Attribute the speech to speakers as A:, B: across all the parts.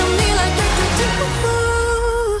A: on me like we could do. Ooh.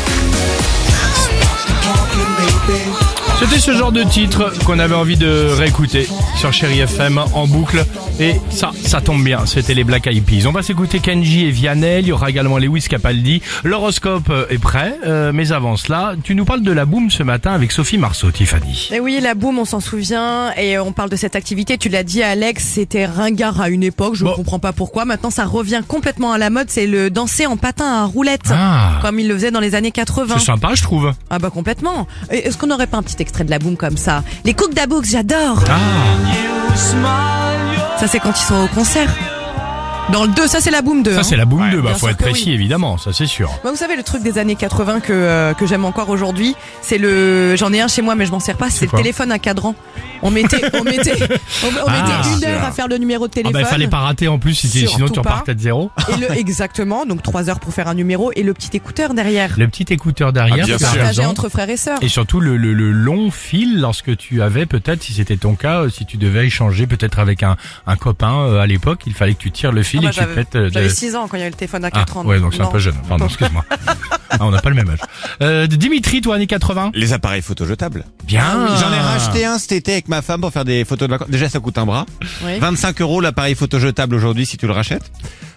B: C'était ce genre de titre qu'on avait envie de réécouter sur Chéri FM en boucle. Et ça, ça tombe bien, c'était les Black Eyed Peas. On va s'écouter Kenji et Vianney, il y aura également Lewis Capaldi. L'horoscope est prêt, euh, mais avant cela, tu nous parles de la boom ce matin avec Sophie Marceau, Tiffany.
C: Et Eh oui, la boum, on s'en souvient et on parle de cette activité. Tu l'as dit, Alex, c'était ringard à une époque. Je ne
B: Bon.
C: comprends pas pourquoi. Maintenant, ça revient complètement à la mode. C'est le danser en patin à roulette,
B: Ah.
C: comme il le faisait dans les années 80.
B: C'est sympa, je trouve.
C: Ah bah complètement. Et Est-ce qu'on n'aurait pas un petit extrait de la boum comme ça Les Cook d'Abooks, j'adore.
B: Ah,
C: Ça, c'est quand ils sont au concert. Dans le 2, ça c'est la boum 2.
B: ça
C: hein.
B: c'est la boom 2, bah
C: bien
B: faut
C: sûr
B: être
C: que
B: précis
C: oui.
B: évidemment, ça c'est sûr. Ah,
C: Moi, Bah, vous savez, le truc des années 80 que, euh, que j'aime encore aujourd'hui, c'est le. J'en ai un chez moi, mais je m'en sers pas. C'est le
B: quoi
C: téléphone à cadran. On mettait, on mettait, on, on
B: Ah,
C: mettait une
B: sûr.
C: heure à faire le numéro de
B: Ah
C: téléphone.
B: bah fallait pas rater en plus, si- sinon
C: Surtout
B: tu repartais de zéro.
C: Et le, exactement, donc trois heures pour faire un numéro et le petit écouteur derrière.
B: Le petit écouteur derrière,
D: Ah, bien
B: tu as
D: sûr.
C: Partagé
B: raison.
C: entre frères et sœurs.
B: Et surtout le, le- le long fil lorsque tu avais peut-être, si c'était ton cas, euh, si tu devais échanger peut-être avec un, un copain euh, à l'époque, il fallait que tu tires le fil
C: Ah bah,
B: et que tu
C: j'avais-
B: pètes. euh, de-
C: J'avais 6 ans quand il y avait le téléphone à
B: Ah,
C: 4 ans.
B: ouais, donc c'est un peu jeune. Pardon, excuse-moi. Ah, on n'a pas le même âge. Euh, Dimitri, toi, années 80
E: Les appareils photo jetables.
B: Bien
E: Ah J'en ai racheté un cet été avec ma femme pour faire des photos de vacances. Déjà, ça coûte un bras.
C: Oui.
E: 25 euros l'appareil photo jetable aujourd'hui si tu le rachètes.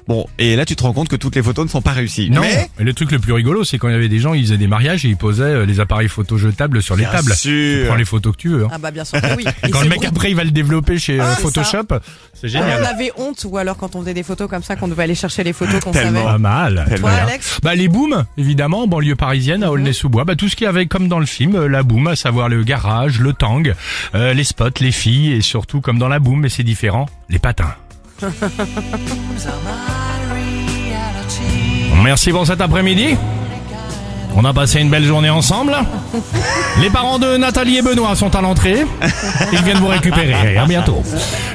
E: Bon, et là, tu te rends compte que toutes les photos ne sont pas réussies.
B: Non,
E: Mais,
B: mais le truc le plus rigolo, c'est quand il y avait des gens, ils faisaient des mariages et ils posaient euh, les appareils photo jetables sur les
E: Bien
B: tables. Tu
E: sûr.
B: prends les photos que tu veux. hein.
C: Ah bah bien sûr que oui.
B: Et
C: Et
B: quand
C: ce
B: le mec
C: groupe-
B: après, il va le développer chez euh,
C: Ah, c'est
B: Photoshop, c'est
C: on
B: génial.
C: avait honte ou alors quand on faisait des photos comme ça qu'on devait aller chercher les photos qu'on savait.
E: Tellement.
B: Pas mal.
E: Tellement.
C: Toi
B: Voilà.
C: Alex Mhm.
B: Bah les booms, évidemment, en banlieue parisienne, à Aulnay-sous-Bois, bah tout ce qui avait comme dans le film, euh, la boom, à savoir le garage, le tang, euh, les spots, les filles, et surtout comme dans la boom, mais c'est différent, les patins. Merci pour cet après-midi. On a passé une belle journée ensemble. Les parents de Nathalie et Benoît sont à l'entrée. Ils viennent vous récupérer. À bientôt.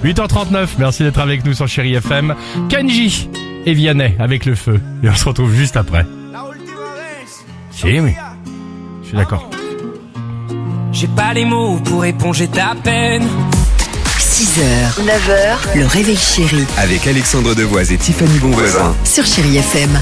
B: 8h39. Merci d'être avec nous sur Chéri FM. Kenji et Vianney avec le feu. Et on se retrouve juste après. Si, oui. Je suis d'accord.
F: J'ai pas les mots pour éponger ta peine.
G: 6h, 9h, le réveil chéri
D: Avec Alexandre Devoise et Tiffany Bonvoisin.
G: sur Chérie FM.